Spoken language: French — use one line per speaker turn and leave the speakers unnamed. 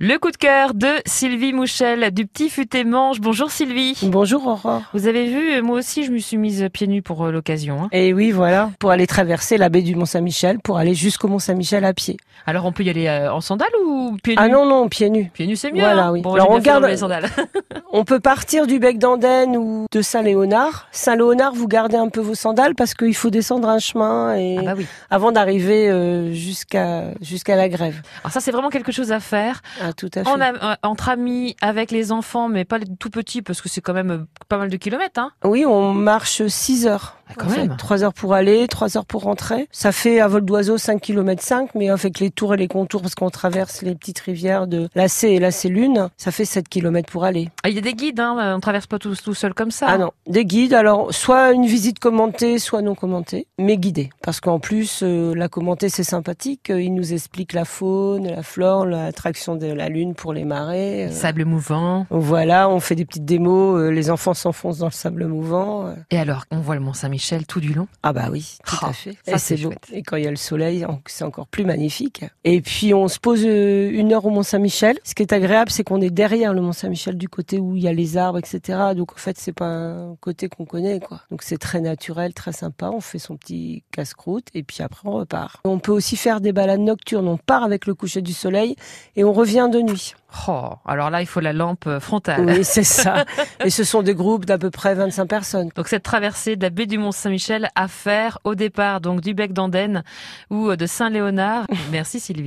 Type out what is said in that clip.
Le coup de cœur de Sylvie Mouchel du Petit Futé Manche. Bonjour Sylvie.
Bonjour Aurore.
Vous avez vu, euh, moi aussi je me suis mise pieds nus pour euh, l'occasion. hein.
Et Eh oui, voilà, pour aller traverser la baie du Mont-Saint-Michel, pour aller jusqu'au Mont-Saint-Michel à pied.
Alors on peut y aller euh, en sandales ou pieds nus
Ah non, non, pieds nus.
Pieds nus c'est mieux.
Voilà,
hein.
oui.
Bon,
Alors,
j'ai
on
bien fait
garde-
d'enlever les sandales.
On peut partir du bec d'Andenne ou de Saint-Léonard. Saint-Léonard, vous gardez un peu vos sandales parce qu'il faut descendre un chemin et
Ah bah oui.
avant d'arriver euh, jusqu'à jusqu'à la grève.
Alors ça c'est vraiment quelque chose à faire
Ah, tout à fait.
en am- euh, entre amis, avec les enfants, mais pas les tout petits parce que c'est quand même euh, pas mal de kilomètres. Hein.
Oui, on marche 6 heures.
Ah, quand
en fait.
même.
3 heures pour aller, 3 heures pour rentrer. Ça fait à vol d'oiseau 5 km 5, mais avec les tours et les contours, parce qu'on traverse les petites rivières de la C et la Célune, ça fait 7 km pour aller.
Ah, Il y a des guides, hein, on traverse pas tous tout seul comme ça.
Ah non, des guides, alors soit une visite commentée, soit non commentée, mais guidée. Parce qu'en plus, euh, la commentée, c'est sympathique. euh, Il nous explique la faune, la flore, l'attraction de la Lune pour les marées. euh.
Sable mouvant.
Voilà, on fait des petites démos, euh, les enfants s'enfoncent dans le sable mouvant. euh.
Et alors on voit le Mont Saint-Michel tout du long.
Ah bah oui, tout
Oh,
à fait.
ça, c'est
Et c'est beau.
chouette.
Et quand il y a le soleil, en- c'est encore plus magnifique. Et puis on se pose euh, une heure au Mont Saint-Michel. Ce qui est agréable, c'est qu'on est derrière le Mont Saint-Michel du côté où il y a les arbres, etc. Donc en fait, c'est pas un côté qu'on connaît, quoi. Donc c'est très naturel, très sympa. On fait son petit casse-croûte et puis après on repart. On peut aussi faire des balades nocturnes. On part avec le coucher du soleil et on revient de nuit.
Oh, alors là il faut la lampe euh, frontale.
Oui, c'est ça. Et ce sont des groupes d'à peu près 25 personnes.
Donc cette traversée de la baie du Mont Saint-Michel à faire au départ donc du bec d'Andenne ou de euh, Saint-Léonard. Merci Sylvie.